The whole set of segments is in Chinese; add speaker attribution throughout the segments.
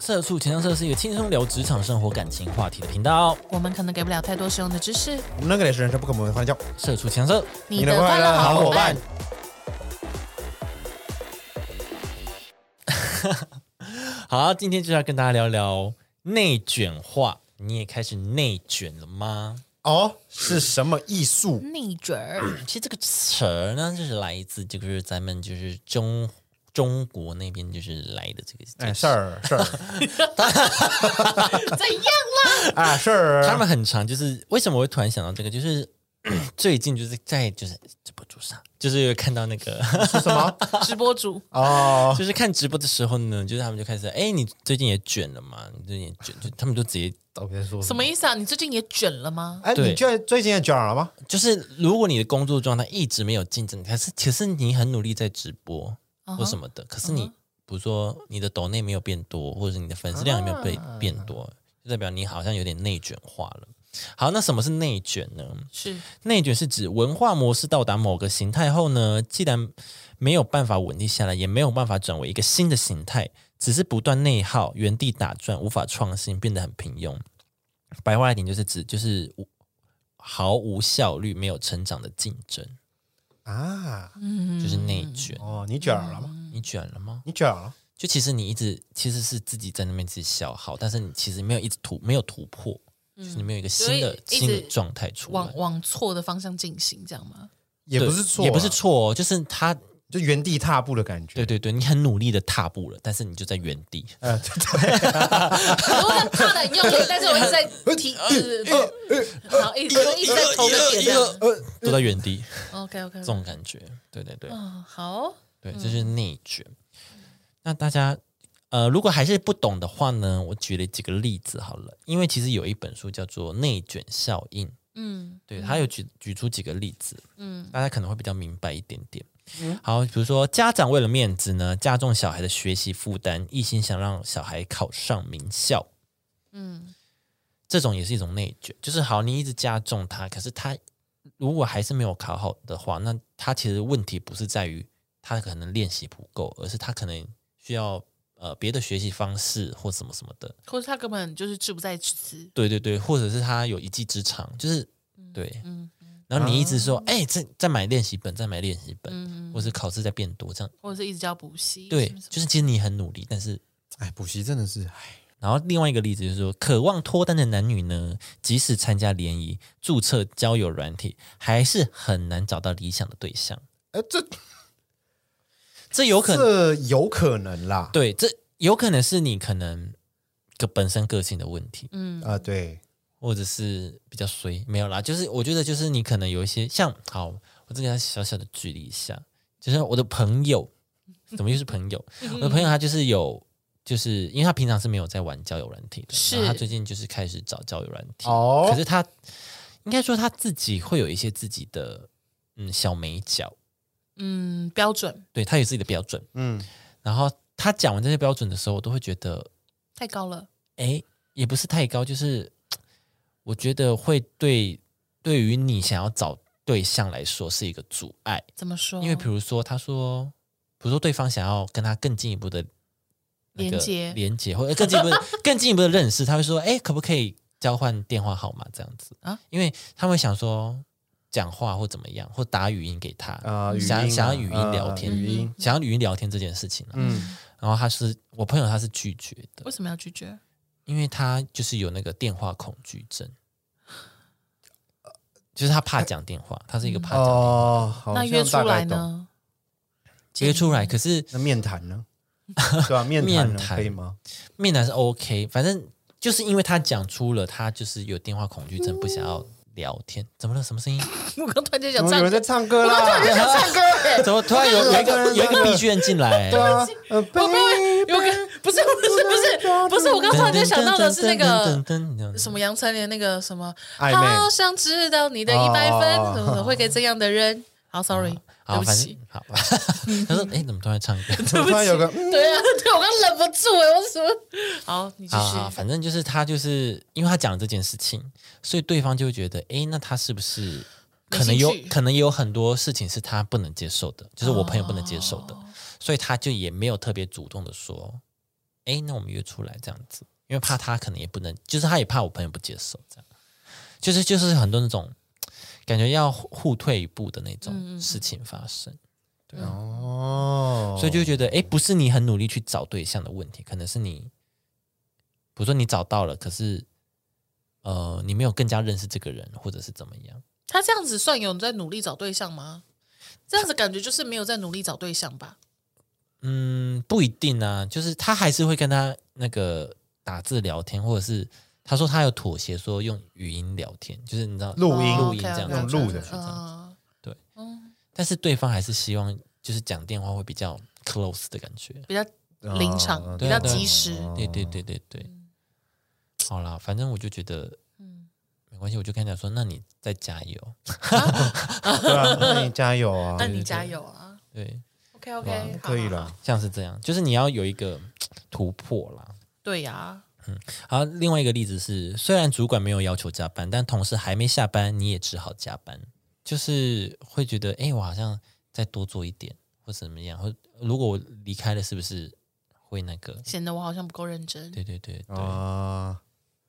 Speaker 1: 社畜情商社是一个轻松聊职场、生活、感情话题的频道。
Speaker 2: 我们可能给不了太多实用的知识。
Speaker 3: 我们能给的是人生不可磨灭的欢笑，
Speaker 1: 社畜情商社，
Speaker 2: 你的快乐好伙伴，。
Speaker 1: 好，今天就要跟大家聊聊内卷化。你也开始内卷了吗？
Speaker 3: 哦，是什么艺术？
Speaker 2: 逆卷儿，
Speaker 1: 其实这个词儿呢，就是来自就是咱们就是中中国那边就是来的这个
Speaker 2: 嗯
Speaker 3: 哎，事儿事儿
Speaker 2: 怎样啦？
Speaker 3: 啊事儿，
Speaker 1: 他们很常就是为什么我会突然想到这个，就是最近就是在就是直播主上，就是有看到那个，
Speaker 3: 是什么？
Speaker 2: 直播主
Speaker 3: 哦，
Speaker 1: 就是看直播的时候呢，就是他们就开始哎，你最近也卷了嘛？你最近也卷，就他们就直接
Speaker 3: 到底在说
Speaker 2: 什么？意思啊？你最近也卷了吗？
Speaker 3: 哎，
Speaker 1: 对
Speaker 3: 你居然最近也卷了吗？
Speaker 1: 就是如果你的工作状态一直没有竞争，可是其实你很努力在直播
Speaker 2: 嗯
Speaker 1: 或
Speaker 2: 哼
Speaker 1: 什么的，可是你比如说你的抖内没有变多，或者是你的粉丝量也没有被
Speaker 2: 啊
Speaker 1: 变多，就代表你好像有点内卷化了。好，那什么是内卷呢？
Speaker 2: 是
Speaker 1: 内卷是指文化模式到达某个形态后呢，既然没有办法稳定下来，也没有办法转为一个新的形态，只是不断内耗，原地打转，无法创新，变得很平庸。白话一点就是指就是无毫无效率、没有成长的竞争，
Speaker 3: 啊，
Speaker 2: 嗯
Speaker 1: 就是内卷。
Speaker 3: 哦，你卷了吗？
Speaker 1: 你卷了吗？
Speaker 3: 你卷了？
Speaker 1: 就其实你一直其实是自己在那边自己消耗，但是你其实没有一直突没有突破，就是你没有一个新的
Speaker 2: 嗯所以一直
Speaker 1: 新的状态出来
Speaker 2: 往。往错的方向进行，这样吗？
Speaker 3: 也不是错，啊
Speaker 1: 也不是，错、哦，就是他
Speaker 3: 就原地踏步的感觉。
Speaker 1: 对对对，你很努力的踏步了，但是你就在原地。
Speaker 3: 呃，对对，
Speaker 2: 我好像怕的很用力，但是我一直在提，就是然后一直一直在投个点这样。
Speaker 3: 呃，
Speaker 1: 都在原地，
Speaker 2: OK OK，
Speaker 1: 这种感觉。对对对
Speaker 2: 嗯，好，
Speaker 1: 对，这是内卷。那大家呃，如果还是不懂的话呢，我举了几个例子好了，因为其实有一本书叫做《内卷效应》，
Speaker 2: 嗯
Speaker 1: 对，他有举举出几个例子，
Speaker 2: 嗯，
Speaker 1: 大家可能会比较明白一点点。好，比如说家长为了面子呢，加重小孩的学习负担，一心想让小孩考上名校。
Speaker 2: 嗯，
Speaker 1: 这种也是一种内卷，就是好，你一直加重它，可是他如果还是没有考好的话，那他其实问题不是在于他可能练习不够，而是他可能需要呃别的学习方式或什么什么的，
Speaker 2: 或者他根本就是志不在此，
Speaker 1: 对对对，或者是他有一技之长，就是对，
Speaker 2: 嗯啊
Speaker 1: 然后你一直说，哎、再再买练习本，再买练习本，
Speaker 2: 嗯，
Speaker 1: 或是考试再变多，这样
Speaker 2: 或者是一直叫补习，
Speaker 1: 对
Speaker 2: 什么什，么
Speaker 1: 就是其实你很努力，但是
Speaker 3: 哎，补习真的是，哎，
Speaker 1: 然后另外一个例子就是说，渴望脱单的男女呢，即使参加联谊、注册交友软体，还是很难找到理想的对象。
Speaker 3: 哎，这
Speaker 1: 这有可能，
Speaker 3: 这有可能啦。
Speaker 1: 对，这有可能是你可能个本身个性的问题，
Speaker 2: 嗯
Speaker 3: 啊，对，
Speaker 1: 或者是比较衰，没有啦。就是我觉得，就是你可能有一些像，好，我这个小小的举例一下，就是我的朋友，怎么又是朋友？我的朋友他就是有。就是因为他平常是没有在玩交友软体的，
Speaker 2: 是
Speaker 1: 然后他最近就是开始找交友软体，可
Speaker 3: 哦，
Speaker 1: 是他应该说他自己会有一些自己的嗯小美角，
Speaker 2: 嗯，标准
Speaker 1: 对他有自己的标准。
Speaker 3: 嗯，
Speaker 1: 然后他讲完这些标准的时候，我都会觉得，
Speaker 2: 太高了，
Speaker 1: 哎，也不是太高，就是我觉得会对对于你想要找对象来说是一个阻碍，
Speaker 2: 怎么说？
Speaker 1: 因为比如说他说，比如说对方想要跟他更进一步的。那个
Speaker 2: 连接
Speaker 1: 连接，或者呃更进一步 的、更进一步的认识，他会说：“哎、可不可以交换电话号码这样子
Speaker 2: 啊
Speaker 1: 啊？”因为他们会想说讲话或怎么样，或打语音给他，
Speaker 3: 啊，语
Speaker 1: 想
Speaker 3: 音
Speaker 1: 想要
Speaker 3: 啊
Speaker 1: 语音
Speaker 3: 啊
Speaker 1: 聊天
Speaker 3: 语音，
Speaker 1: 想要语音聊天这件事情、啊。
Speaker 3: 嗯，
Speaker 1: 然后他是我朋友，他是拒绝的
Speaker 2: 为，什么要拒绝？
Speaker 1: 因为他就是有那个电话恐惧症，就是他怕讲电话，他是一个怕讲电话。
Speaker 3: 哦，好
Speaker 2: 那
Speaker 3: 像
Speaker 2: 约出
Speaker 3: 大概
Speaker 2: 来
Speaker 3: 懂
Speaker 2: 呢？
Speaker 1: 接出来，可是
Speaker 3: 那面谈呢？对啊，面谈
Speaker 1: 面
Speaker 3: 呢
Speaker 1: 谈
Speaker 3: 可以吗？
Speaker 1: 面谈是 OK，反正就是因为他讲出了他就是有电话恐惧症，不想要聊天。怎么了？什么 声音？
Speaker 2: 我刚突然间
Speaker 3: 怎
Speaker 2: 想
Speaker 3: 么
Speaker 2: 唱
Speaker 3: 有人在
Speaker 2: 歌，
Speaker 3: 唱歌啦？
Speaker 2: 想唱歌欸
Speaker 1: 怎么突然有有一 个有一个 B G M 进来？
Speaker 3: 对啊，呃，
Speaker 2: 我不会，
Speaker 3: baby，
Speaker 2: 有个不是不是不是不是，我刚突然间想到的是那个什
Speaker 1: 么？
Speaker 2: 么杨丞琳那个什么，
Speaker 3: 暧昧
Speaker 2: 好想知道你的一百
Speaker 3: 哦
Speaker 2: 分，怎么怎么会给这样的人？好，sorry，对
Speaker 1: 好，
Speaker 2: 不
Speaker 1: 反
Speaker 2: 起
Speaker 1: 正，好。 他 说：“哎，怎么突然唱歌？”
Speaker 3: 怎么突然有个嗯
Speaker 2: 对啊，对我刚忍不住哎，我什么？好，你继
Speaker 1: 啊，
Speaker 2: 续，
Speaker 1: 反正就是他就是因为他讲了这件事情，所以对方就会觉得，诶，那他是不是可能有
Speaker 2: 没兴趣
Speaker 1: 可能也有很多事情是他不
Speaker 2: 哦
Speaker 1: 能接受的，就是我朋友不能接受的，所以他就也没有特别主动的说，哎，那我们约出来这样子，因为怕他可能也不能，就是他也怕我朋友不接受，这样，就是就是很多那种感觉要互互退一步的那
Speaker 2: 嗯
Speaker 1: 种事情发生，
Speaker 3: 哦，
Speaker 1: 所以就觉得，哎，不是你很努力去找对象的问题，可能是你，比如说你找到了，可是呃，你没有更加认识这个人，或者是怎么样。
Speaker 2: 他这样子算有在努力找对象吗？这样子感觉就是没有在努力找对象吧？
Speaker 1: 嗯，不一定啊，就是他还是会跟他那个打字聊天，或者是他说他有妥协说用语音聊天，就是你知道
Speaker 3: 录
Speaker 2: 哦
Speaker 3: 音
Speaker 1: 录音这样
Speaker 3: 用录的
Speaker 2: 啊，
Speaker 1: 但是对方还是希望就是讲电话会比较 close 的感觉。
Speaker 2: 比较临场，
Speaker 3: 哦
Speaker 2: 比较
Speaker 1: 对啊
Speaker 2: 及时。
Speaker 1: 对对对对对，好啦，反正我就觉得，没关系，我就跟他讲说，那你再加油。
Speaker 3: 对啊，那你加油啊
Speaker 2: 那！你加油啊
Speaker 1: 对，
Speaker 2: ！OK OK，
Speaker 3: 可以了。
Speaker 1: 像是这样，就是你要有一个突破啦。
Speaker 2: 对呀，
Speaker 1: 好，另外一个例子是，虽然主管没有要求加班，但同事还没下班，你也只好加班，就是会觉得，哎、我好像再多做一点，或怎么样，或如果我离开了，是不是会那个？
Speaker 2: 显得我好像不够认真。
Speaker 1: 对对对对，
Speaker 3: 啊，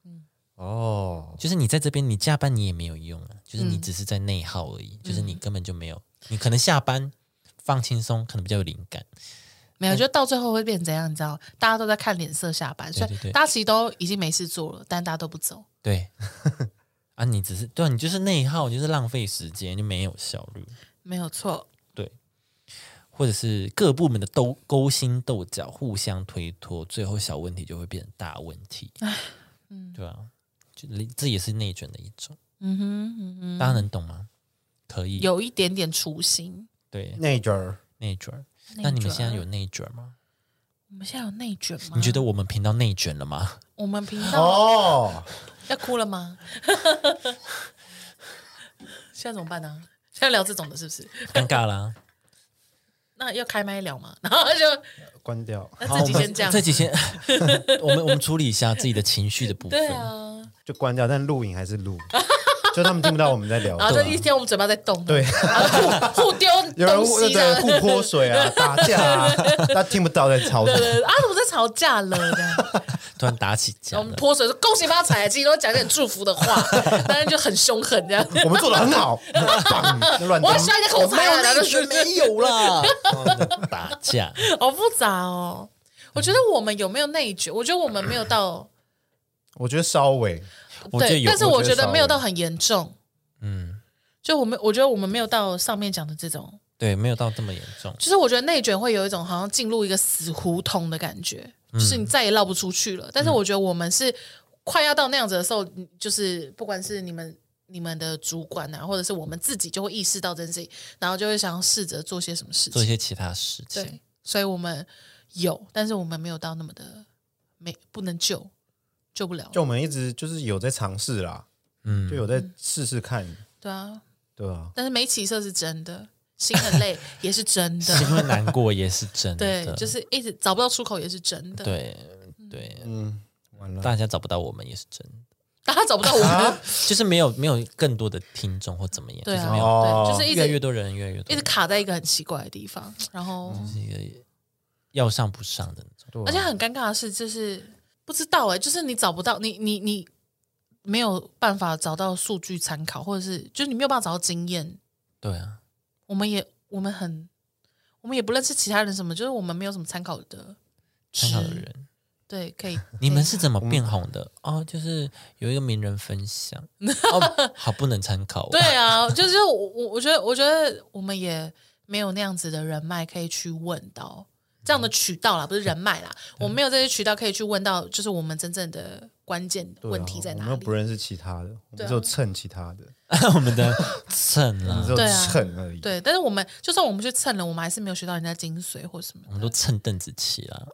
Speaker 2: 嗯
Speaker 3: 哦，
Speaker 1: 就是你在这边，你加班你也没有用啊，就是你只是在内耗而已，就是你根本就没有，你可能下班放轻松，可能比较有灵感，
Speaker 2: 没有，就到最后会变成怎样？你知道，大家都在看脸色下班，所
Speaker 1: 对对
Speaker 2: 以
Speaker 1: 对
Speaker 2: 大家其实都已经没事做了，但大家都不走。
Speaker 1: 对， 啊，你只是对啊、你就是内耗，你就是浪费时间，就没有效率。
Speaker 2: 没有错，
Speaker 1: 对，或者是各部门的斗勾心斗角，互相推脱，最后小问题就会变成大问题。嗯，对啊，就这也是内卷的一种。
Speaker 2: 嗯哼，嗯哼，
Speaker 1: 大家能懂吗？可以，
Speaker 2: 有一点点雏形。
Speaker 1: 对
Speaker 3: 内卷儿
Speaker 1: 内卷。
Speaker 2: 内
Speaker 1: 那你们
Speaker 2: 卷啊
Speaker 1: 现在有内卷吗？
Speaker 2: 我们现在有内卷吗？
Speaker 1: 你觉得我们频道内卷了吗？
Speaker 2: 我们频道
Speaker 3: 哦，
Speaker 2: 要哭了吗？ 现在怎么办呢？现在聊这种的，是不是？
Speaker 1: 尴尬啦。
Speaker 2: 那要开麦聊吗？然后 就
Speaker 3: 关掉，
Speaker 2: 那 自己先这样
Speaker 1: 这，几 天 我们我们处理一下自己的情绪的部分
Speaker 2: 对。啊，
Speaker 1: 嗯
Speaker 3: 就关掉，但录影还是 录，就他们听不到我们在聊
Speaker 2: 然。后就
Speaker 1: 啊
Speaker 2: 一天我们嘴巴在动，
Speaker 3: 对，
Speaker 2: 然后 互互丢
Speaker 3: 有人
Speaker 2: 东
Speaker 3: 互
Speaker 2: 西
Speaker 3: 对
Speaker 2: 的，
Speaker 3: 互泼水 啊，打架啊，他听不到在吵什么。
Speaker 2: 对啊，我们在吵架了这样。
Speaker 1: 突然打起架
Speaker 2: 我们
Speaker 1: 了，
Speaker 2: 泼水说恭喜发财，自己都讲点祝福 的话，但是就很凶狠这样。
Speaker 3: 我们做的很 好，砰就乱
Speaker 2: 我要。
Speaker 3: 打
Speaker 2: 笑你的口才啊，然后就
Speaker 1: 卷没有啦， 打架。
Speaker 2: 好复杂哦。我觉得我们有没有内卷？我觉得我们没有到
Speaker 3: 我觉得稍微
Speaker 1: 我觉得
Speaker 2: 对，
Speaker 1: 有，
Speaker 2: 但是
Speaker 3: 我
Speaker 2: 我
Speaker 3: 觉
Speaker 2: 觉得
Speaker 3: 得稍
Speaker 2: 没有
Speaker 3: 微
Speaker 2: 到很严重。
Speaker 1: 嗯，
Speaker 2: 就我们，我觉得我们没有到上面讲的这种，
Speaker 1: 对，没有到这么严重。
Speaker 2: 就是我觉得内卷会有一种好像进入一个死胡同的感觉，
Speaker 1: 嗯
Speaker 2: 就是你再也绕不出去了。但是我觉得我们是快要到那样子的时候，你就是不管是你们。你们的主管啊，或者是我们自己，就会意识到这件事情，然后就会想要试着做些什么事情
Speaker 1: 做一。些其他事情。
Speaker 2: 对，所以我们有，但是我们没有到那么的没不能救，救不了。
Speaker 3: 就我们一直就是有在尝试啦，
Speaker 1: 嗯
Speaker 3: 就有在试试看，
Speaker 2: 对啊，
Speaker 3: 对啊，
Speaker 2: 但是没起色是真的，心很 累也是真
Speaker 1: 心
Speaker 2: 的，
Speaker 1: 会难过也是真的，
Speaker 2: 对，就是一直找不到出口也是真的。
Speaker 1: 对对，
Speaker 3: 嗯，完了，
Speaker 1: 大家找不到我们也是真的，
Speaker 2: 大家找不到我们，
Speaker 1: 就是没有没有更多的听众或怎么样，
Speaker 2: 对
Speaker 1: 就是
Speaker 2: 啊，
Speaker 1: 没有
Speaker 3: 哦
Speaker 2: 对，就是一
Speaker 1: 越来越
Speaker 2: 直
Speaker 1: 多人，越来越多
Speaker 2: 一直
Speaker 1: 人，
Speaker 2: 卡在一个很奇怪的地方，然后
Speaker 1: 是一个要上不上的那种。
Speaker 3: 对啊
Speaker 2: 而且很尴尬的是，就是不知道哎、就是你找不到你你你没有办法找到数据参考，或者是就是你没有办法找到经验，
Speaker 1: 对啊，
Speaker 2: 我们也我们很，我们也不认识其他人什么，就是我们没有什么参考的
Speaker 1: 参考的
Speaker 2: 值
Speaker 1: 人，
Speaker 2: 对，可以。
Speaker 1: 你
Speaker 2: 可
Speaker 1: 们
Speaker 2: 以
Speaker 1: 是怎么变红的？哦，就是有一个名人分 享，哦，好不能参考哦。
Speaker 2: 对啊，就是我我我觉得我觉得我们也没有那样子的人脉可以去问到这样的渠道啦，不是人脉啦，我们没有这些渠道可以去问到，就是我们真正的关键
Speaker 3: 对啊
Speaker 2: 问题在
Speaker 3: 我
Speaker 2: 哪
Speaker 3: 们又
Speaker 2: 里
Speaker 3: 不。认识其他的，我
Speaker 2: 对
Speaker 3: 们
Speaker 2: 啊
Speaker 3: 只有蹭其他的，
Speaker 1: 我们的 蹭
Speaker 3: 我们
Speaker 1: 啦
Speaker 3: 只，有
Speaker 2: 对啊
Speaker 3: 蹭而已。
Speaker 2: 对，但是我们就算我们去蹭了，我们还是没有学到人家精髓或什么
Speaker 1: 我。们都蹭邓紫棋 啦。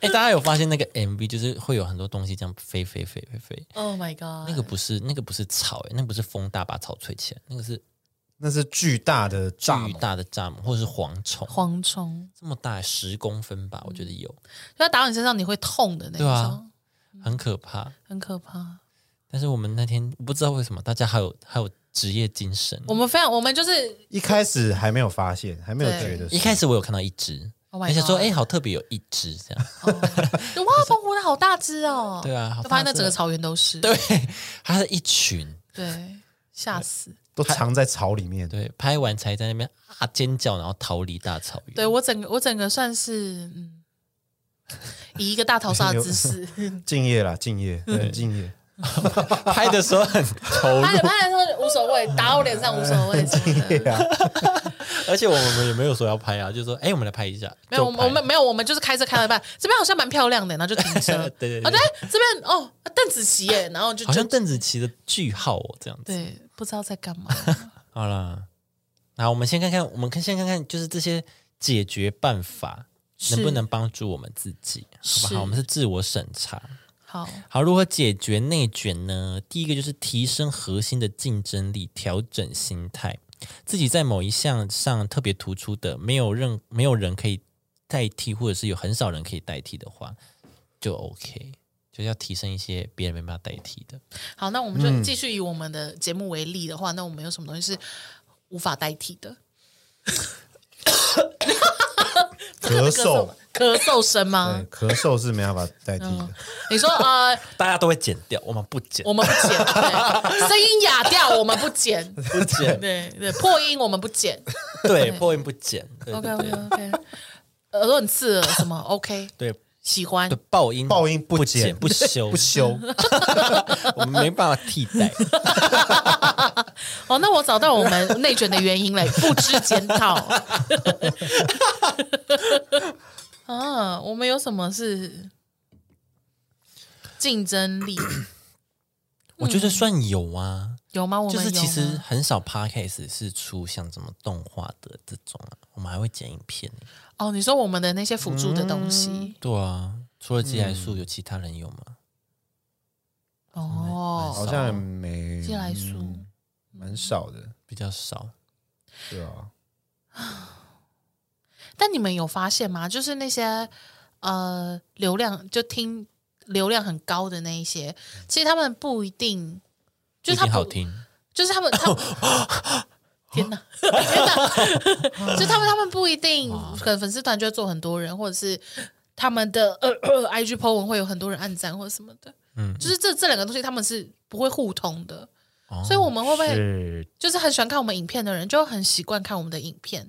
Speaker 1: 哎、大家有发现那个 MV 就是会有很多东西这样飞飞飞飞飞，
Speaker 2: Oh my god！
Speaker 1: 那个不是那个不是草、欸，那不是风大把草吹起来，那个是
Speaker 3: 那是巨大的蚱
Speaker 1: 巨
Speaker 3: 蜢，
Speaker 1: 大的蚱蜢或者是蝗虫，
Speaker 2: 蝗虫，
Speaker 1: 这么大十公分吧，我觉得有，
Speaker 2: 就它打到你身上你会痛的那
Speaker 1: 对啊
Speaker 2: 种，嗯
Speaker 1: 很可怕。
Speaker 2: 很可怕。
Speaker 1: 但是我们那天不知道为什么大家还有还有职业精神，
Speaker 2: 我们非常，我们就是
Speaker 3: 一开始还没有发现，还没有觉得是，
Speaker 1: 一开始我有看到一只，
Speaker 2: Oh my
Speaker 1: 而且说
Speaker 2: God
Speaker 1: 哎、好特别，有一只这样，
Speaker 2: 就哦哇，澎湖的好大只哦！
Speaker 1: 对啊好
Speaker 2: 就发现那
Speaker 1: 大只
Speaker 2: 整
Speaker 1: 哦
Speaker 2: 个草原都是，
Speaker 1: 对，它是一群，
Speaker 2: 对，吓死！
Speaker 3: 都藏在草里面。
Speaker 1: 对，拍完才在那边啊尖叫，然后逃离大草原。
Speaker 2: 对我整个我整个算是嗯，以一个大逃杀的 姿势
Speaker 3: 敬业啦，敬业，很敬业。
Speaker 1: 拍的时候 很投
Speaker 2: 拍
Speaker 1: 入，
Speaker 2: 的拍的时候无所谓，打我脸上无所 谓。 真的
Speaker 3: 对啊，
Speaker 1: 而且我们也没有说要拍啊，就说哎、我们来拍一下，
Speaker 2: 没有，我
Speaker 1: 就
Speaker 2: 们
Speaker 1: 拍。
Speaker 2: 我们没有，我们就是开车开到一半，这边好像蛮漂亮的，然后就停车
Speaker 1: 对对对
Speaker 2: 啊对，这边哦，邓紫棋耶，然后就
Speaker 1: 好像
Speaker 2: 就
Speaker 1: 邓紫棋的句号哦，这样子。
Speaker 2: 对，不知道在干嘛。
Speaker 1: 好啦，那我们先看看，我们看先看看，就是这些解决办法
Speaker 2: 是
Speaker 1: 能不能帮助我们自己，好不
Speaker 2: 是
Speaker 1: 好？我们是自我审查。
Speaker 2: 好，
Speaker 1: 好，如何解决内卷呢？第一个就是提升核心的竞争力，调整心态。自己在某一项上特别突出的，没有任没有人可以代替，或者是有很少人可以代替的话，就 OK，就是要提升一些别人没办法代替的。
Speaker 2: 好，那我们
Speaker 1: 嗯
Speaker 2: 就继续以我们的节目为例的话，那我们有什么东西是无法代替的？
Speaker 3: 咳嗽，
Speaker 2: 咳嗽声吗
Speaker 3: 对，？咳嗽是没办法代替 的。
Speaker 2: 你说呃，
Speaker 1: 大家都会剪掉，我们不剪，
Speaker 2: 我们不剪，对声音哑掉我们不 剪，
Speaker 1: 不剪，
Speaker 2: 对对，破音我们不剪。
Speaker 1: 对，破音不剪，对
Speaker 2: OK
Speaker 1: 对
Speaker 2: OK OK，耳朵很刺耳什么 OK，
Speaker 1: 对
Speaker 2: 喜欢
Speaker 1: 对，爆音
Speaker 3: 爆音不
Speaker 1: 不
Speaker 3: 剪
Speaker 1: 不修
Speaker 3: 不，修，
Speaker 1: 我们没办法替 代。
Speaker 2: 哦，那我找到我们 内卷的原因嘞，不知检讨。啊，我们有什么是竞 争力？
Speaker 1: 我觉得算有啊，
Speaker 2: 有吗？我们
Speaker 1: 就是
Speaker 2: 有
Speaker 1: 其实
Speaker 2: 吗
Speaker 1: 很少 podcast 是出像什么动画的这种啊，我们还会剪影片欸、
Speaker 2: 哦，你说我们的那些辅助的东西，
Speaker 1: 对啊，除了寄来素，有其他人有吗？嗯
Speaker 2: 哦，
Speaker 3: 好像没
Speaker 2: 寄来书
Speaker 3: 嗯蛮少的，
Speaker 1: 比较少。
Speaker 3: 对啊。
Speaker 2: 但你们有发现吗？就是那些呃流量，就听流量很高的那一些，其实他们不一定，就是他
Speaker 1: 嗯不一定好
Speaker 2: 不，
Speaker 1: 听，
Speaker 2: 就是他们 他。天哪，天 哪！就他们，他们不一定，可能粉丝团就会做很多人，或者是他们的 呃呃 IG po 文会有很多人按赞或者什么的。
Speaker 1: 嗯
Speaker 2: 就是这这两个东西，他们是不会互通的，
Speaker 1: 哦
Speaker 2: 所以我们会不会
Speaker 3: 是，
Speaker 2: 就是很喜欢看我们影片的人，就很习惯看我们的影片，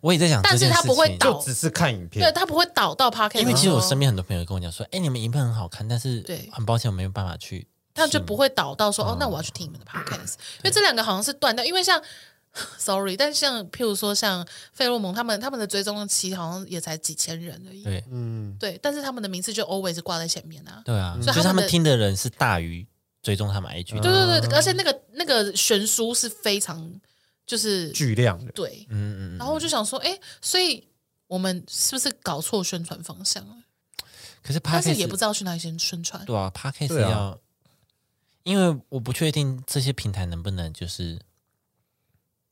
Speaker 1: 我也在想这
Speaker 2: 但
Speaker 1: 件
Speaker 2: 是
Speaker 1: 事情，
Speaker 2: 他不会倒
Speaker 3: 就只是看影
Speaker 2: 对
Speaker 3: 片，
Speaker 2: 他不会导到 p o c a s t
Speaker 1: 因为其实我身边很多朋友跟我讲说，哎、你们影片很好看，但是
Speaker 2: 对
Speaker 1: 很抱歉我没有办法去听，
Speaker 2: 他就不会导到
Speaker 1: 嗯
Speaker 2: 说哦，那我要去听你们的 podcast，因为这两个好像是断掉，因为像 sorry，但像譬如说像费洛蒙他们他们的追踪期好像也才几千人而已，
Speaker 1: 对
Speaker 3: 嗯，
Speaker 2: 对，但是他们的名次就 always 挂在前面啊。
Speaker 1: 对啊，
Speaker 2: 所以
Speaker 1: 就是他
Speaker 2: 他们
Speaker 1: 们
Speaker 2: 的
Speaker 1: 听的人是大于追踪他们 IG 的。
Speaker 2: 对对
Speaker 1: 嗯
Speaker 2: 对，而且那个那个悬殊是非常就是
Speaker 3: 巨量的，
Speaker 2: 对，
Speaker 1: 嗯嗯嗯，
Speaker 2: 然后我就想说，哎，所以我们是不是搞错宣传方向了？
Speaker 1: 可是 p o
Speaker 2: 但
Speaker 1: d c
Speaker 2: 是
Speaker 1: a
Speaker 2: 也
Speaker 1: s
Speaker 2: 不知道去哪里先宣传。
Speaker 1: 对啊 p o d c a s
Speaker 3: 对啊
Speaker 1: 要，因为我不确定这些平台能不能就是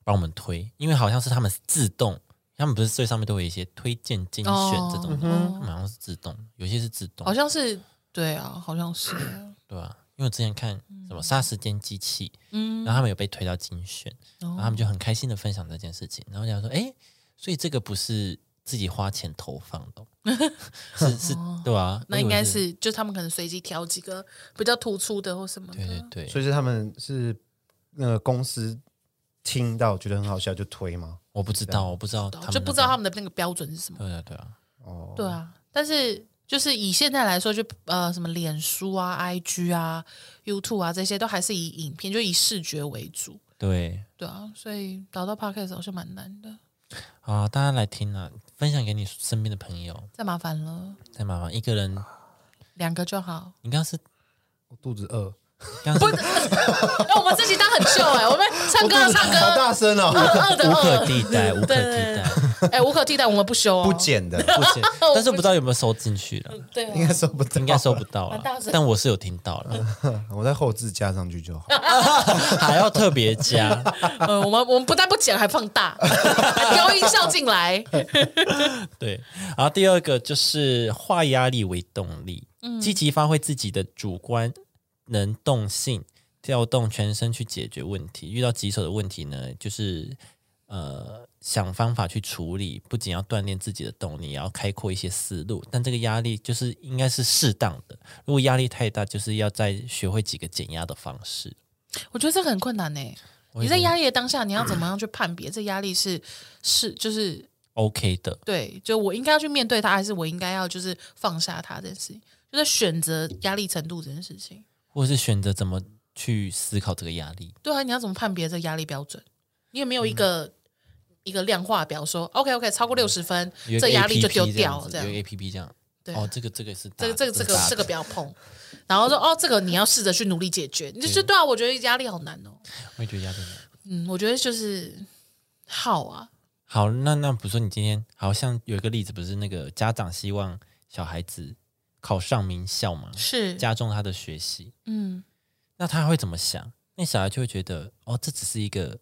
Speaker 1: 帮我们推，因为好像是他们自动，他们不是最上面都有一些推荐精选
Speaker 2: 哦
Speaker 1: 这种
Speaker 2: 嗯
Speaker 1: 的，
Speaker 2: 哼
Speaker 1: 他们好像是自动，有些是自动
Speaker 2: 好，像是对啊，好像是啊
Speaker 1: 对啊，因为我之前看什么《杀时间机器》，
Speaker 2: 嗯，
Speaker 1: 然后他们有被推到精选，然后他
Speaker 2: 哦
Speaker 1: 们就很开心的分享这件事情，然后讲说，哎，所以这个不是自己花钱投放 的哦，是是，对啊，
Speaker 2: 那
Speaker 1: 我以为
Speaker 2: 应该，是就他们可能随机挑几个比较突出的或什么的。
Speaker 1: 对对对，
Speaker 3: 所以是他们是那个公司听到觉得很好笑就推吗？
Speaker 1: 我不知道，我不知道他
Speaker 2: 对啊
Speaker 1: 们
Speaker 2: 就
Speaker 1: 那
Speaker 2: 不知道
Speaker 1: 边
Speaker 2: 他们的那个标准是什么。
Speaker 1: 对啊，对啊，
Speaker 3: 哦，
Speaker 2: 对啊，但是就是以现在来说，就呃什么脸书啊、IG 啊、YouTube 啊这些，都还是以影片，就以视觉为主。
Speaker 1: 对
Speaker 2: 对啊，所以导到 Podcast 好像蛮难的，
Speaker 1: 啊，大家来听啊，分享给你身边的朋友。
Speaker 2: 再麻烦了，
Speaker 1: 太麻烦，一个人，
Speaker 2: 两个就好。
Speaker 1: 你刚刚是
Speaker 3: 我肚子饿，
Speaker 1: 刚刚是
Speaker 2: 哎，我们自己当很秀哎，我们唱
Speaker 3: 我
Speaker 2: 歌
Speaker 3: 肚
Speaker 2: 的
Speaker 3: 子
Speaker 2: 唱
Speaker 3: 好
Speaker 2: 歌，
Speaker 3: 大 声
Speaker 2: 二
Speaker 3: 哦，
Speaker 2: 二的
Speaker 1: 无可
Speaker 2: 二，
Speaker 1: 替代，无可替代，
Speaker 2: 哎，无可替代，我们不修哦，
Speaker 3: 不剪的，
Speaker 1: 不 行。但是我不知道有没有收进去了，
Speaker 2: 对啊，
Speaker 3: 应该收不到，
Speaker 1: 应该收不到了
Speaker 2: 蛮大声，
Speaker 1: 但我是有听到了，
Speaker 3: 我在后置加上去就好。
Speaker 1: 还要特别加，
Speaker 2: 呃，我们我们不但不剪，还放 大，还调音效进来。
Speaker 1: 对。然后第二个就是化压力为动力，积极发挥自己的主观能动性，调动全身去解决问题。遇到棘手的问题呢，就是。呃想方法去处理，不仅要锻炼自己的动力，也要开阔一些思路。但这个压力就是应该是适当的，如果压力太大，就是要再学会几个减压的方式。
Speaker 2: 我觉得这个很困难呢、欸
Speaker 1: 也
Speaker 2: 你在压力的当下，你要怎么样去判别这压力是是就是
Speaker 1: OK 的，
Speaker 2: 对，就我应该要去面对它，还是我应该要就是放下它这件事情，就在选择压力程度这件事情。
Speaker 1: 或者是选择怎么去思考这个压力。
Speaker 2: 对啊，你要怎么判别这压力标准？你有没有一个、一个量化表说，OK OK，超过六十分，
Speaker 1: 有一个
Speaker 2: 这压力就
Speaker 1: APP
Speaker 2: 丢掉了，
Speaker 1: 这
Speaker 2: 这
Speaker 1: 样子
Speaker 2: 样
Speaker 1: 有一个 APP 这样。
Speaker 2: 对啊、
Speaker 1: 哦，这个这个是大
Speaker 2: 这个这个这个
Speaker 1: 大的
Speaker 2: 这个不要碰。然后说哦，这个你要试着去努力解决。你就觉得对啊，我觉得压力好难哦。
Speaker 1: 我也觉得压力很大。
Speaker 2: 嗯，我觉得就是好啊，
Speaker 1: 好，那那比如说你今天好像有一个例子，不是那个家长希望小孩子考上名校嘛，
Speaker 2: 是，
Speaker 1: 加重他的学习，
Speaker 2: 嗯，
Speaker 1: 那他会怎么想？那小孩就会觉得哦，这只是一个，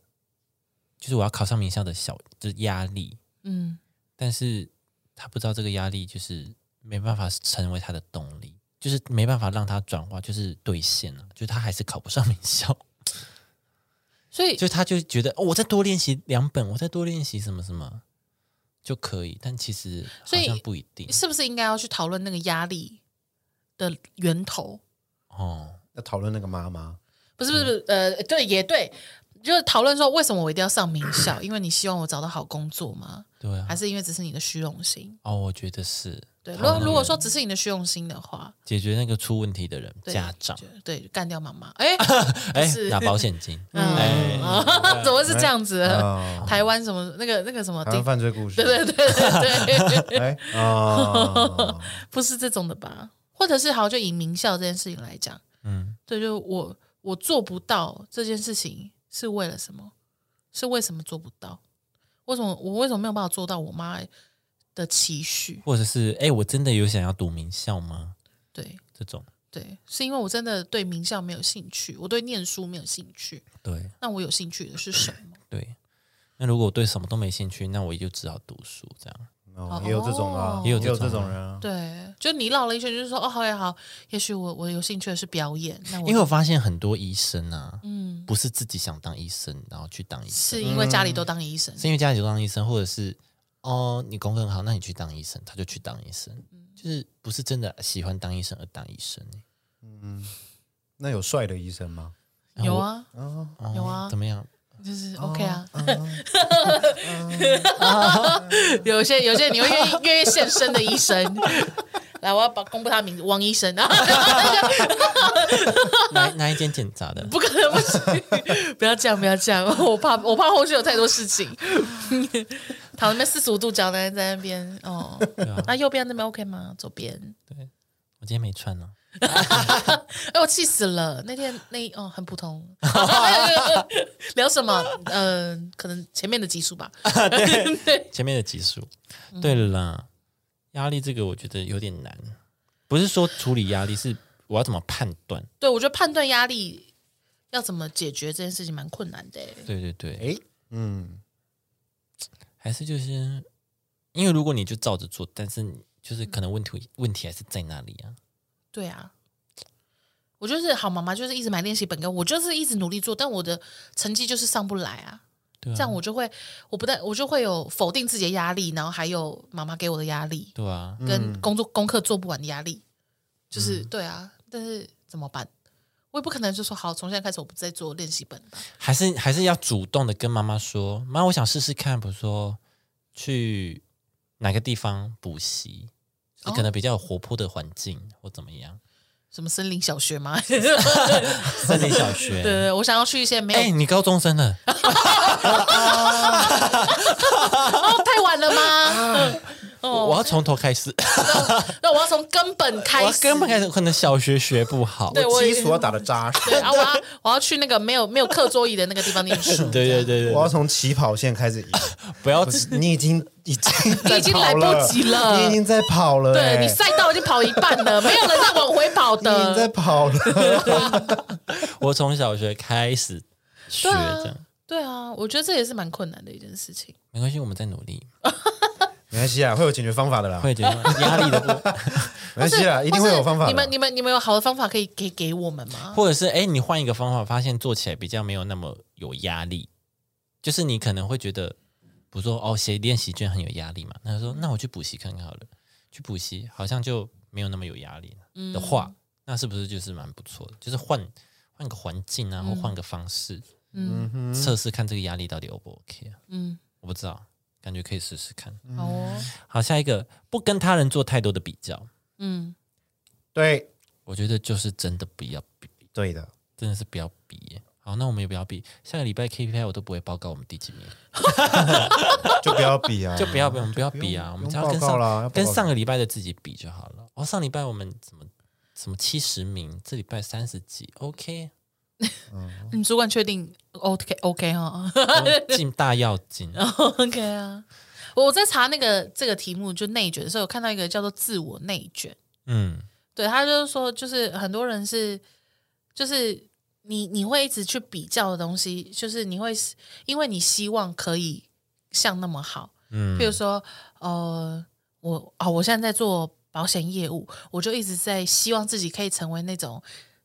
Speaker 1: 就是我要考上名校的小就是压力，
Speaker 2: 嗯，
Speaker 1: 但是他不知道这个压力就是没办法成为他的动力，就是没办法让他转化，就是兑现了、就是他还是考不上名校。
Speaker 2: 所以
Speaker 1: 就他就觉得、哦、我再多练习两本，我再多练习什么什么就可以，但其实好
Speaker 2: 所以
Speaker 1: 像不一定
Speaker 2: 是不是应该要去讨论那个压力的源头？
Speaker 1: 哦。
Speaker 3: 要讨论那个妈妈，
Speaker 2: 不
Speaker 1: 嗯
Speaker 2: 是不是不是，呃，对，也对，就是讨论说为什么我一定要上名校？因为你希望我找到好工作吗？
Speaker 1: 对啊
Speaker 2: 还，是因为只是你的虚荣心？
Speaker 1: 哦，我觉得是
Speaker 2: 对，如
Speaker 1: 讨论
Speaker 2: 果如果说只是你的虚荣心的话，
Speaker 1: 解决那个出问题的人，
Speaker 2: 对
Speaker 1: 家长
Speaker 2: 就对干掉妈妈， 哎，
Speaker 1: 哎
Speaker 2: 是
Speaker 1: 拿保险金，哎
Speaker 2: 嗯，啊 怎么会是这样子？
Speaker 3: 啊，
Speaker 2: 台湾什么那个那个什么
Speaker 3: 台湾
Speaker 2: 地，
Speaker 3: 犯罪故事，
Speaker 2: 对对对对对，
Speaker 3: 哎啊，
Speaker 2: 不是这种的吧？或者是好，就以名校这件事情来讲，
Speaker 1: 嗯，
Speaker 2: 对，就我我做不到这件事情是为了什么？是为什么做不到？为什么我为什么没有办法做到我妈的期许？
Speaker 1: 或者是哎，我真的有想要读名校吗？
Speaker 2: 对
Speaker 1: 这种
Speaker 2: 对，是因为我真的对名校没有兴趣，我对念书没有兴趣。
Speaker 1: 对
Speaker 2: 那我有兴趣的是什 么？
Speaker 1: 对。那如果我对什么都没兴趣，那我就只好读书这样。
Speaker 3: 哦也有这种啊
Speaker 2: 哦，
Speaker 1: 也有这种啊
Speaker 3: 这种人啊，也
Speaker 2: 对，就你绕了一圈，就是说哦，好也好，也许我我有兴趣的是表演，那我
Speaker 1: 因为我发现很多医生啊，
Speaker 2: 嗯，
Speaker 1: 不是自己想当医生，然后去当医生，
Speaker 2: 是因为家里都当医生，
Speaker 1: 是因为家里就当医生，或者是哦，你功课很好，那你去当医生，他就去当医生，就是不是真的喜欢当医生而当医生、欸
Speaker 3: 那有帅的医生吗？
Speaker 1: 然后
Speaker 2: 有
Speaker 1: 我
Speaker 2: 啊，
Speaker 1: 哦
Speaker 2: 有啊
Speaker 1: 怎么 样？
Speaker 2: 就是 OK 啊， 有些有些你会愿意愿意现身的医生，来，我要把公布他名字，王医生 啊，
Speaker 1: 哪哪一间检查的？
Speaker 2: 不可能不行，不要这样，不要这样，我怕我怕后续有太多事情， 躺那边四十五度角呢，在那边哦，那右边那边 OK 吗？左边，
Speaker 1: 我今天没穿啊呢、
Speaker 2: 哎，我气死了，那天那一哦很普通，哎聊什么？嗯，可能前面的集数吧，
Speaker 1: 前面的集数。
Speaker 2: 嗯
Speaker 1: 对了啦，压力这个我觉得有点难，不是说处理压力，是我要怎么判断？
Speaker 2: 对，我觉得判断压力要怎么解决这件事情蛮困难的欸。
Speaker 1: 对对对，
Speaker 3: 哎，嗯，
Speaker 1: 还是就是因为如果你就照着做，但是你就是可能问题问题还是在那里啊。
Speaker 2: 对啊，我就是好妈妈，就是一直买练习本跟我就是一直努力做，但我的成绩就是上不来啊。
Speaker 1: 对啊，
Speaker 2: 这样我就会，我不但我就会有否定自己的压力，然后还有妈妈给我的压力，
Speaker 1: 对啊，
Speaker 2: 跟工作功课做不完的压力，
Speaker 1: 嗯
Speaker 2: 就是、对啊。但是怎么办？我也不可能就说好，从现在开始我不再做练习本了。
Speaker 1: 还是还是要主动的跟妈妈说，妈，我想试试看，比如说去哪个地方补习，就是可能比较有活泼的环境或怎么样，
Speaker 2: 什么森林小学吗？
Speaker 1: 森林小
Speaker 2: 对
Speaker 1: 学。
Speaker 2: 对，我想要去一些没有、
Speaker 1: 哎、你高中生了，
Speaker 2: 哦，太晚了 吗？哦
Speaker 1: 我要从头开始，
Speaker 2: 那我要从根本
Speaker 1: 我
Speaker 2: 开
Speaker 1: 要
Speaker 2: 始，
Speaker 1: 根本开始，可能小学学不好。。
Speaker 2: 对我也
Speaker 3: 嗯基础要打得扎实。
Speaker 2: 对啊，我要我要去那个没有没有课桌椅的那个地方念书
Speaker 1: 对对对对，
Speaker 3: 我要从起跑线 开始赢，
Speaker 1: 不要
Speaker 3: 不是你已经已经
Speaker 2: 哦你已经来不及了
Speaker 3: 你已经在跑了，
Speaker 2: 对
Speaker 3: 哎
Speaker 2: 你赛道已经跑一半 了，没有人再往回跑
Speaker 3: 你已经在
Speaker 2: 的。
Speaker 3: 跑了，
Speaker 1: 我从小学开始学
Speaker 2: 对啊
Speaker 1: 这样，
Speaker 2: 对啊，我觉得这也是蛮困难的一件事情。
Speaker 1: 没关系，我们在努力，
Speaker 3: 没关系啊，会有解决方法的啦，
Speaker 1: 会
Speaker 3: 没
Speaker 1: 觉得压力的部，
Speaker 3: 关系啦，
Speaker 2: 是
Speaker 3: 一定会有方法
Speaker 2: 或
Speaker 3: 的。
Speaker 2: 是你们你们你们有好的方法可以给给我们吗？
Speaker 1: 或者是哎、你换一个方法，发现做起来比较没有那么有压力，就是你可能会觉得不说哦，写练习卷很有压力嘛。那他说，那我去补习看看好了。去补习好像就没有那么有压力了、
Speaker 2: 嗯
Speaker 3: 嗯
Speaker 1: 的话，那是不是就是蛮不错的？就是换换个环境啊，或换个方式，
Speaker 3: 嗯哼，
Speaker 1: 测试看这个压力到底 O 不 OK 啊？
Speaker 2: 嗯，
Speaker 1: 我不知道，感觉可以试试看。
Speaker 2: 好哦，
Speaker 3: 嗯
Speaker 1: 好，下一个，不跟他人做太多的比较，
Speaker 2: 嗯，
Speaker 3: 对
Speaker 1: 我觉得就是真的不要比，
Speaker 3: 对的，
Speaker 1: 真的是不要比耶。好，那我们也不要比。下个礼拜 KPI 我都不会报告我们第几名，
Speaker 3: 就不要比 啊，
Speaker 1: 就不要比，我们不要比啊，
Speaker 3: 不用
Speaker 1: 我们只
Speaker 3: 不
Speaker 1: 跟
Speaker 3: 用报告啦
Speaker 1: 上
Speaker 3: 要报告
Speaker 1: 跟上个礼拜的自己比就好了。哦，上礼拜我们怎么什么七十名，这礼拜三十几，OK，
Speaker 2: 你嗯主管确定 OK OK 哈
Speaker 1: 进大要 进。
Speaker 2: OK 啊。我在查那个这个题目就内卷的时候，有看到一个叫做自我内卷，
Speaker 1: 嗯，
Speaker 2: 对他就是说，就是很多人是，就是你你会一直去比较的东西，就是你会因为你希望可以像那么好，
Speaker 1: 嗯
Speaker 2: 譬如说，呃，我啊、我现在在做保险业务，我就一直在希望自己可以成为那种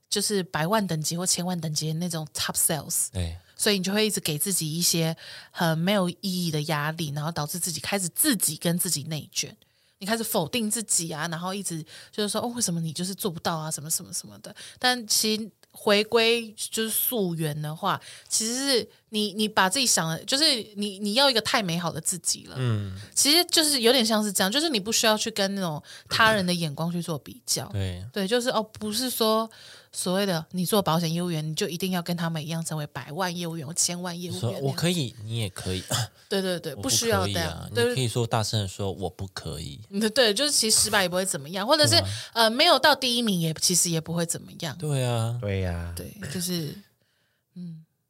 Speaker 2: 就是百万等级或千万等级的那种 top sales，
Speaker 1: 对，
Speaker 2: 所以你就会一直给自己一些很没有意义的压力，然后导致自己开始自己跟自己内卷，你开始否定自己啊，然后一直就是说哦，为什么你就是做不到啊，什么什么什么的。但其实回归就是溯源的话，其实是你你把自己想的，就是你你要一个太美好的自己了，
Speaker 1: 嗯，
Speaker 2: 其实就是有点像是这样，就是你不需要去跟那种他人的眼光去做比较，
Speaker 1: 对，
Speaker 2: 对，就是哦，不是说所谓的你做保险业务员，你就一定要跟他们一样成为百万业务员或千万业务
Speaker 1: 你
Speaker 2: 员
Speaker 1: 说
Speaker 2: 那样。
Speaker 1: 我可以，你也 可以，
Speaker 2: 对对对，
Speaker 1: 我
Speaker 2: 不需要
Speaker 1: 可
Speaker 2: 这
Speaker 1: 以
Speaker 2: 样。
Speaker 1: 啊。你可
Speaker 2: 对
Speaker 1: 以说大声的说我不可以，
Speaker 2: 对对，就是其实失败也不会怎么样，或者是、呃没有到第一名也其实也不会怎么样。
Speaker 1: 啊对啊，
Speaker 3: 对呀，
Speaker 2: 对，就是嗯，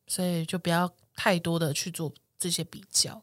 Speaker 2: 所以就不要太多的去做这些比较。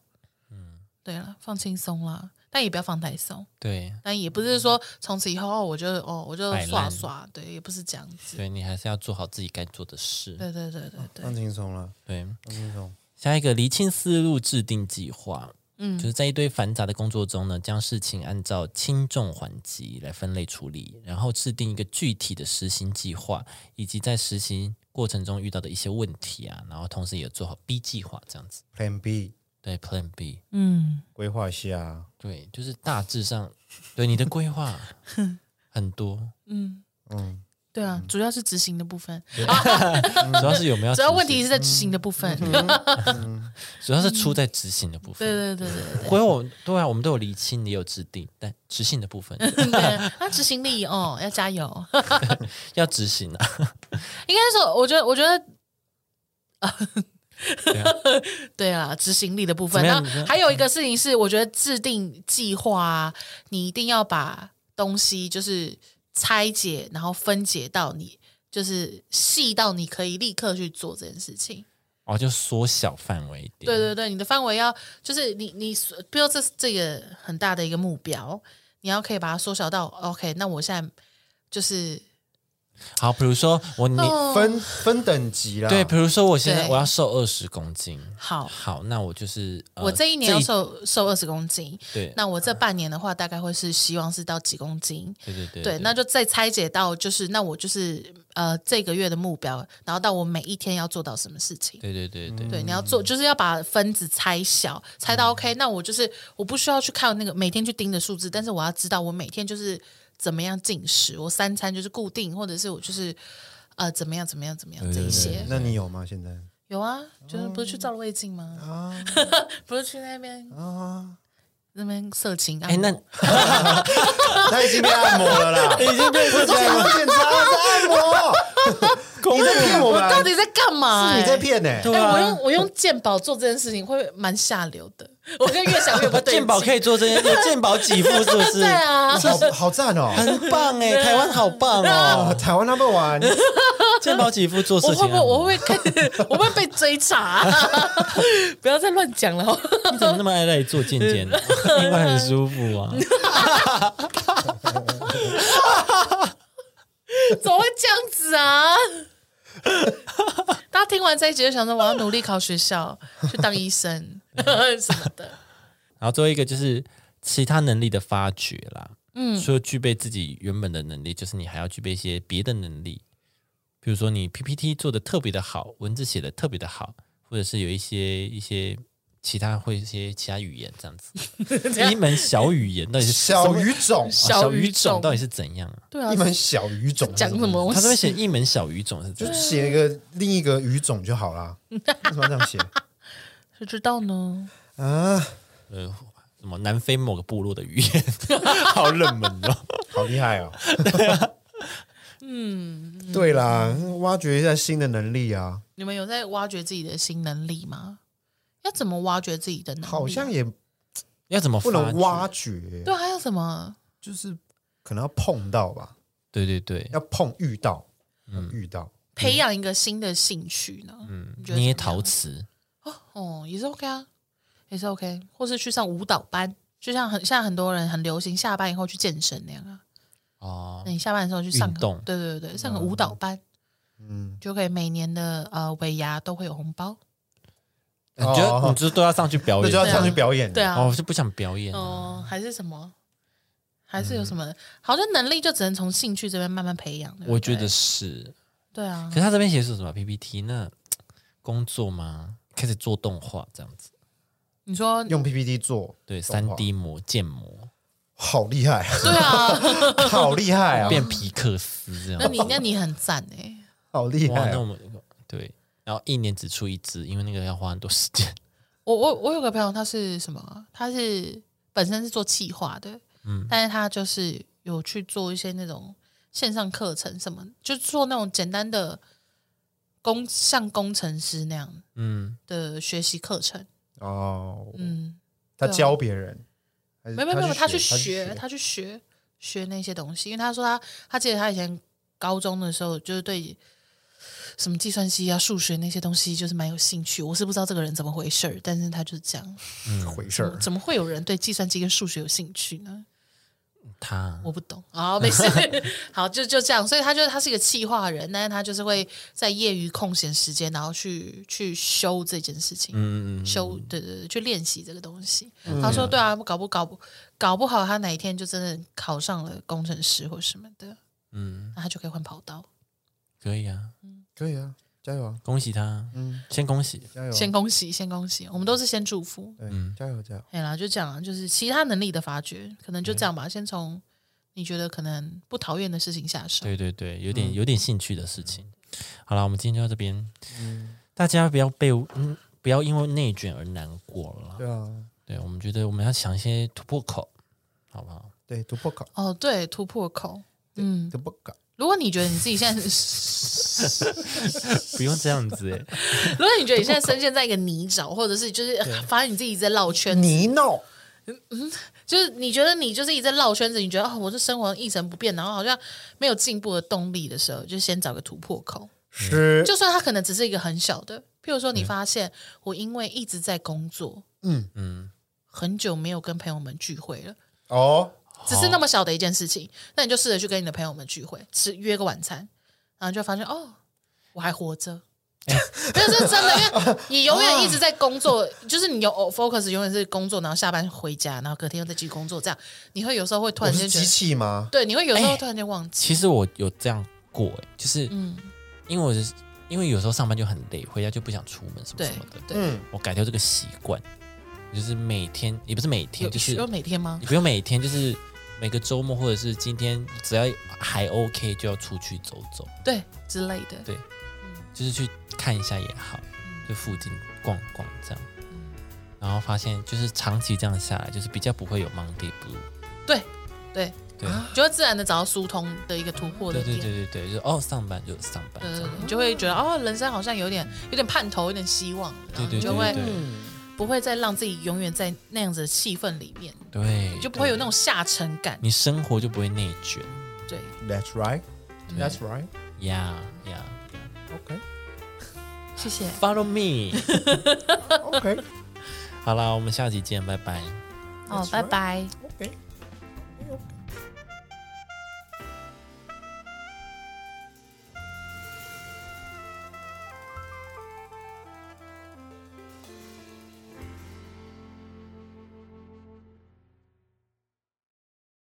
Speaker 2: 嗯，对了，放轻松啦，但也不要放太松。
Speaker 1: 对，
Speaker 2: 但也不是说从此以后哦，我就哦我就
Speaker 1: 嗯摆
Speaker 2: 耍
Speaker 1: 烂
Speaker 2: 耍，对，也不是这样子。
Speaker 1: 所以你还是要做好自己该做的事。
Speaker 2: 对对对对
Speaker 1: 嗯
Speaker 2: 对，
Speaker 3: 放轻松了，
Speaker 1: 对，
Speaker 3: 放轻松，
Speaker 1: 下一个厘清思路，制定计划。
Speaker 2: 嗯
Speaker 1: 就是在一堆繁杂的工作中呢，将事情按照轻重缓急来分类处理，然后制定一个具体的实行计划，以及在实行过程中遇到的一些问题啊，然后同时也做好 B 计划这样子。
Speaker 3: Plan B
Speaker 1: 对，Plan B，
Speaker 2: 嗯。
Speaker 3: 规划一下，
Speaker 1: 对，就是大致上对你的规 划很多，
Speaker 2: 嗯，
Speaker 3: 嗯，
Speaker 2: 对啊，主要是执行的部分，
Speaker 1: 主要是有没有
Speaker 2: 主要
Speaker 1: 啊执
Speaker 2: 问题
Speaker 1: 行，嗯
Speaker 2: 是在执行的部分。
Speaker 1: 主要是出在执行的部分。
Speaker 2: 对对对对
Speaker 1: 回我对啊，我们都有厘清，也有制定，但执行的部 分
Speaker 2: 对，对，那执行力哦要加油。
Speaker 1: 要执行啊。
Speaker 2: 应该说，我觉得，我觉得。
Speaker 1: 对啊
Speaker 2: 对啊，执行力的部
Speaker 1: 怎
Speaker 2: 分。
Speaker 1: 么
Speaker 2: 那
Speaker 1: 样你说
Speaker 2: 还有一个事情是，我觉得制定计划啊，你一定要把东西就是拆解，然后分解到你就是细到你可以立刻去做这件事情。
Speaker 1: 哦，就缩小范围一点。
Speaker 2: 对对对，你的范围要就是你你，比如这是这个很大的一个目标，你要可以把它缩小到 OK。那我现在就是
Speaker 1: 好，比如说我你、
Speaker 2: 哦
Speaker 3: 分分等级啦，
Speaker 1: 对，比如说我现在
Speaker 2: 对
Speaker 1: 我要瘦二十公斤，
Speaker 2: 好，
Speaker 1: 好，那我就是、呃
Speaker 2: 我这一年要瘦瘦二十公斤，
Speaker 1: 对，
Speaker 2: 那我这半年的话，大概会是希望是到几公斤。
Speaker 1: 对对对
Speaker 2: 对，那就再拆解到就是，那我就是呃这个月的目标，然后到我每一天要做到什么事情。
Speaker 1: 对对对对，
Speaker 2: 对，你要
Speaker 3: 嗯
Speaker 2: 做就是要把分子拆小，拆到 OK、那我就是我不需要去看那个每天去盯的数字，但是我要知道我每天就是怎么样进食，我三餐就是固定，或者是我就是呃怎么样怎么样怎么样这一些。
Speaker 3: 那你有吗？现在
Speaker 2: 有啊，就是不是去照了胃镜吗？
Speaker 3: 啊
Speaker 2: 不是去那边
Speaker 3: 啊，
Speaker 2: 那边色情啊？
Speaker 1: 哎， 那
Speaker 3: 他已经被按摩了啦， 已经被检查检查了，是按摩，你在骗我们
Speaker 2: 到
Speaker 3: 啊，
Speaker 2: 底在干嘛、
Speaker 3: 是你在骗呢？欸
Speaker 2: 哎、
Speaker 1: 对啊
Speaker 2: 我用我用鉴宝做这件事情会蛮下流的，我跟越想越 不对劲。
Speaker 1: 鉴宝可以做这些，有鉴宝给付是不是？
Speaker 2: 对啊，
Speaker 3: 好好赞哦！
Speaker 1: 很棒哎、台湾好棒
Speaker 3: 哦，
Speaker 1: 哦！
Speaker 3: 台湾那么玩，
Speaker 1: 鉴宝给付做事
Speaker 2: 啊我
Speaker 1: 情啊
Speaker 2: 会
Speaker 1: 按
Speaker 2: 不
Speaker 1: 摩，
Speaker 2: 会我会不会被 我会不会被追查、 不要再乱讲了哦。
Speaker 1: 你怎么那么爱来做健健呢？因为很舒服啊。
Speaker 2: 怎么会这样子啊？ 大家听完这一集就想说，我要努力考学校， 去当医生 什么的。
Speaker 1: 然后最后一个就是其他能力的发掘啦。嗯，除了具备自己原本的能力，就是你还要具备一些别的能力，比如说你 PPT 做的特别的好，文字写的特别的好，或者是有一些一些其他会一些其他语言这样 子，一门小语言到底是
Speaker 3: 小语种，
Speaker 1: 什么哦
Speaker 2: 小
Speaker 1: 小
Speaker 2: 语
Speaker 1: 语
Speaker 2: 种
Speaker 1: 种到底是怎样啊？
Speaker 2: 对啊
Speaker 3: 一，门小语种，
Speaker 2: 讲什么东西？
Speaker 1: 他都会写一门小语种是怎
Speaker 3: 就
Speaker 1: 样？
Speaker 3: 写一个另一个语种就好啦。为什么要这样写
Speaker 2: 谁知道呢？
Speaker 3: 啊？
Speaker 1: 呃，什么南非某个部落的语言， 好冷门 哦。
Speaker 3: 好厉害哦！嗯，对啦，挖掘一下新的能力啊，
Speaker 2: 你们有在挖掘自己的新能力吗？要怎么挖掘自己的能力啊？
Speaker 3: 好像也
Speaker 1: 要怎么
Speaker 3: 不
Speaker 1: 发
Speaker 3: 能
Speaker 1: 掘
Speaker 3: 挖？掘，
Speaker 2: 对啊，还有什么？
Speaker 3: 就是可能要碰到吧，
Speaker 1: 对对对，
Speaker 3: 要碰遇到，遇到
Speaker 2: 培养一个新的兴趣呢？嗯，你觉得
Speaker 1: 捏
Speaker 2: 怎么样
Speaker 1: 陶瓷，
Speaker 2: 哦，也是 OK 啊，也是 OK，或是去上舞蹈班，就像很现在很多人很流行下班以后去健身那样啊。
Speaker 1: 哦
Speaker 2: 那，你下班的时候去上
Speaker 1: 运
Speaker 2: 个，
Speaker 1: 动
Speaker 2: 对对对，上个舞蹈班，嗯，就可以每年的呃尾牙都会有红包。
Speaker 1: 你觉得
Speaker 3: 哦
Speaker 1: 你就都要上去表
Speaker 3: 那
Speaker 1: 演，
Speaker 3: 就要
Speaker 2: 对啊
Speaker 3: 上去表演，
Speaker 2: 对，啊，
Speaker 1: 哦，我就不想表演啊。
Speaker 2: 哦，还是什么？还是有什么？好像能力就只能从兴趣这边慢慢培养。对不
Speaker 1: 我觉得
Speaker 2: 对
Speaker 1: 是，
Speaker 2: 对啊
Speaker 1: 可是，他这边写是什么 PPT？那工作吗？开始做动画这样子，
Speaker 2: 你说
Speaker 3: 用 PPT 做，
Speaker 1: 对，
Speaker 3: 动
Speaker 1: 三
Speaker 3: 画
Speaker 1: D 模建模，
Speaker 3: 好厉害，
Speaker 2: 对啊，
Speaker 3: 好厉害啊，
Speaker 1: 变皮克斯这样
Speaker 2: 那。你那你很赞哎，
Speaker 3: 好厉
Speaker 1: 哇，
Speaker 3: 害
Speaker 1: 那
Speaker 3: 啊
Speaker 1: 我，们对，然后一年只出一只，因为那个要花很多时间。
Speaker 2: 我我我有个朋友，他是什么？啊他是本身是做企划的，嗯，但是他就是有去做一些那种线上课程什么，就做那种简单的工像工程师那样
Speaker 1: 嗯，
Speaker 2: 的学习课程。
Speaker 3: 哦，
Speaker 2: 嗯，
Speaker 3: 他教别人，没
Speaker 2: 没有没有没有，他
Speaker 3: 他
Speaker 2: 去
Speaker 3: 学
Speaker 2: 学，，他去学学那些东西，因为他说他他记得他以前高中的时候就是对。什么计算机啊、数学那些东西，就是蛮有兴趣。我是不知道这个人怎么回事儿，但是他就是这样。
Speaker 3: 嗯回事儿，
Speaker 2: 怎么会有人对计算机跟数学有兴趣呢？
Speaker 1: 他
Speaker 2: 我不懂，好，没事，好，就就这样。所以他就他是一个气化人，但是他就是会在业余空闲时间，然后去去修这件事情，
Speaker 1: 嗯嗯
Speaker 2: 修，对对对，去练习这个东西。他说，对啊，搞不搞不搞不好，他哪一天就真的考上了工程师或什么的，
Speaker 1: 嗯，
Speaker 2: 那他就可以换跑道。
Speaker 1: 可以啊，
Speaker 3: 可以啊，加油啊，
Speaker 1: 恭喜他，
Speaker 3: 嗯，
Speaker 1: 先恭喜。
Speaker 3: 加油啊，
Speaker 2: 先恭喜，先恭喜，我们都是先祝福。
Speaker 3: 对，
Speaker 1: 嗯
Speaker 3: 加油加油，
Speaker 2: 哎啦，就这样啊，就是其他能力的发掘，可能就这样吧。先从你觉得可能不讨厌的事情下手。
Speaker 1: 对对对，有点有点兴趣的事情。好了，我们今天就到这边，大家不要被嗯不要因为内卷而难过了。
Speaker 3: 对啊，
Speaker 1: 对，我们觉得我们要想一些突破口，好不好？
Speaker 3: 对，突破口，
Speaker 2: 哦，对，突破口。嗯，
Speaker 3: 突破口，
Speaker 2: 如果你觉得你自己现在是，
Speaker 1: 不用这样子哎、
Speaker 2: 如果你觉得你现在深陷在一个泥沼，或者是就是发现你自己在绕圈子，
Speaker 3: 泥闹，
Speaker 1: 嗯
Speaker 2: 就是你觉得你就是一直在绕圈子，你觉得哦，我这生活一成不变，然后好像没有进步的动力的时候，就先找个突破口。
Speaker 3: 是，
Speaker 2: 就算它可能只是一个很小的，譬如说你发现我因为一直在工作，
Speaker 3: 嗯
Speaker 2: 嗯，很久没有跟朋友们聚会了。
Speaker 3: 哦，
Speaker 2: 只是那么小的一件事情，那你就试着去跟你的朋友们聚会，吃约个晚餐，然后就发现哦，我还活着。
Speaker 1: 哎
Speaker 2: 没 有，这是真的，因为你永
Speaker 1: 哦
Speaker 2: 远一直在工作，就是你有 focus 永远是工作，然后下班回家，然后隔天又再继续工作，这样你会有时候会突
Speaker 3: 我
Speaker 2: 然
Speaker 3: 是
Speaker 2: 间觉
Speaker 3: 机
Speaker 2: 得，
Speaker 3: 器吗？
Speaker 2: 对，你会有时候
Speaker 1: 哎
Speaker 2: 突然间忘记，
Speaker 1: 其实我有这样过、欸，就是
Speaker 2: 嗯，
Speaker 1: 因为我是因为有时候上班就很累，回家就不想出门什么
Speaker 2: 对
Speaker 1: 什么的。
Speaker 2: 对，
Speaker 3: 嗯，
Speaker 1: 我改掉这个习惯，就是每天也不是每天，
Speaker 2: 有
Speaker 1: 就是
Speaker 2: 需要每天吗？
Speaker 1: 你不用每天，就是每个周末或者是今天，只要还 OK 就要出去走走，
Speaker 2: 对之类的，嗯
Speaker 1: 对就是去看一下也好，就附近逛逛这样。
Speaker 2: 嗯
Speaker 1: 然后发现就是长期这样下来，就是比较不会有 Monday Blue。
Speaker 2: 对对，
Speaker 1: 对、
Speaker 2: 你啊就会自然的找到疏通的一个突破的嗯
Speaker 1: 对对
Speaker 2: 点。
Speaker 1: 对对对，就是哦上班就上班
Speaker 2: 对
Speaker 1: 这
Speaker 2: 对
Speaker 1: 样。
Speaker 2: 对，你就会觉得哦，人生好像有点有点盼头，有点希望，然
Speaker 1: 对
Speaker 2: 后
Speaker 1: 对
Speaker 2: 你就
Speaker 1: 对
Speaker 2: 会嗯
Speaker 1: 对
Speaker 3: 嗯
Speaker 2: 不会再让自己永远在那样子的气氛里面，
Speaker 1: 对，
Speaker 2: 就不会有那
Speaker 1: 对
Speaker 2: 种下沉感。
Speaker 1: 你生活就不会内卷。
Speaker 2: 对，
Speaker 3: That's right. That's right.
Speaker 1: Yeah yeah。
Speaker 3: OK.
Speaker 2: 谢谢，
Speaker 1: Follow me 。
Speaker 3: OK.
Speaker 1: 好啦，我们下期见，拜拜。
Speaker 2: 哦
Speaker 3: That's，
Speaker 2: 拜
Speaker 3: right
Speaker 2: 拜。
Speaker 3: OK.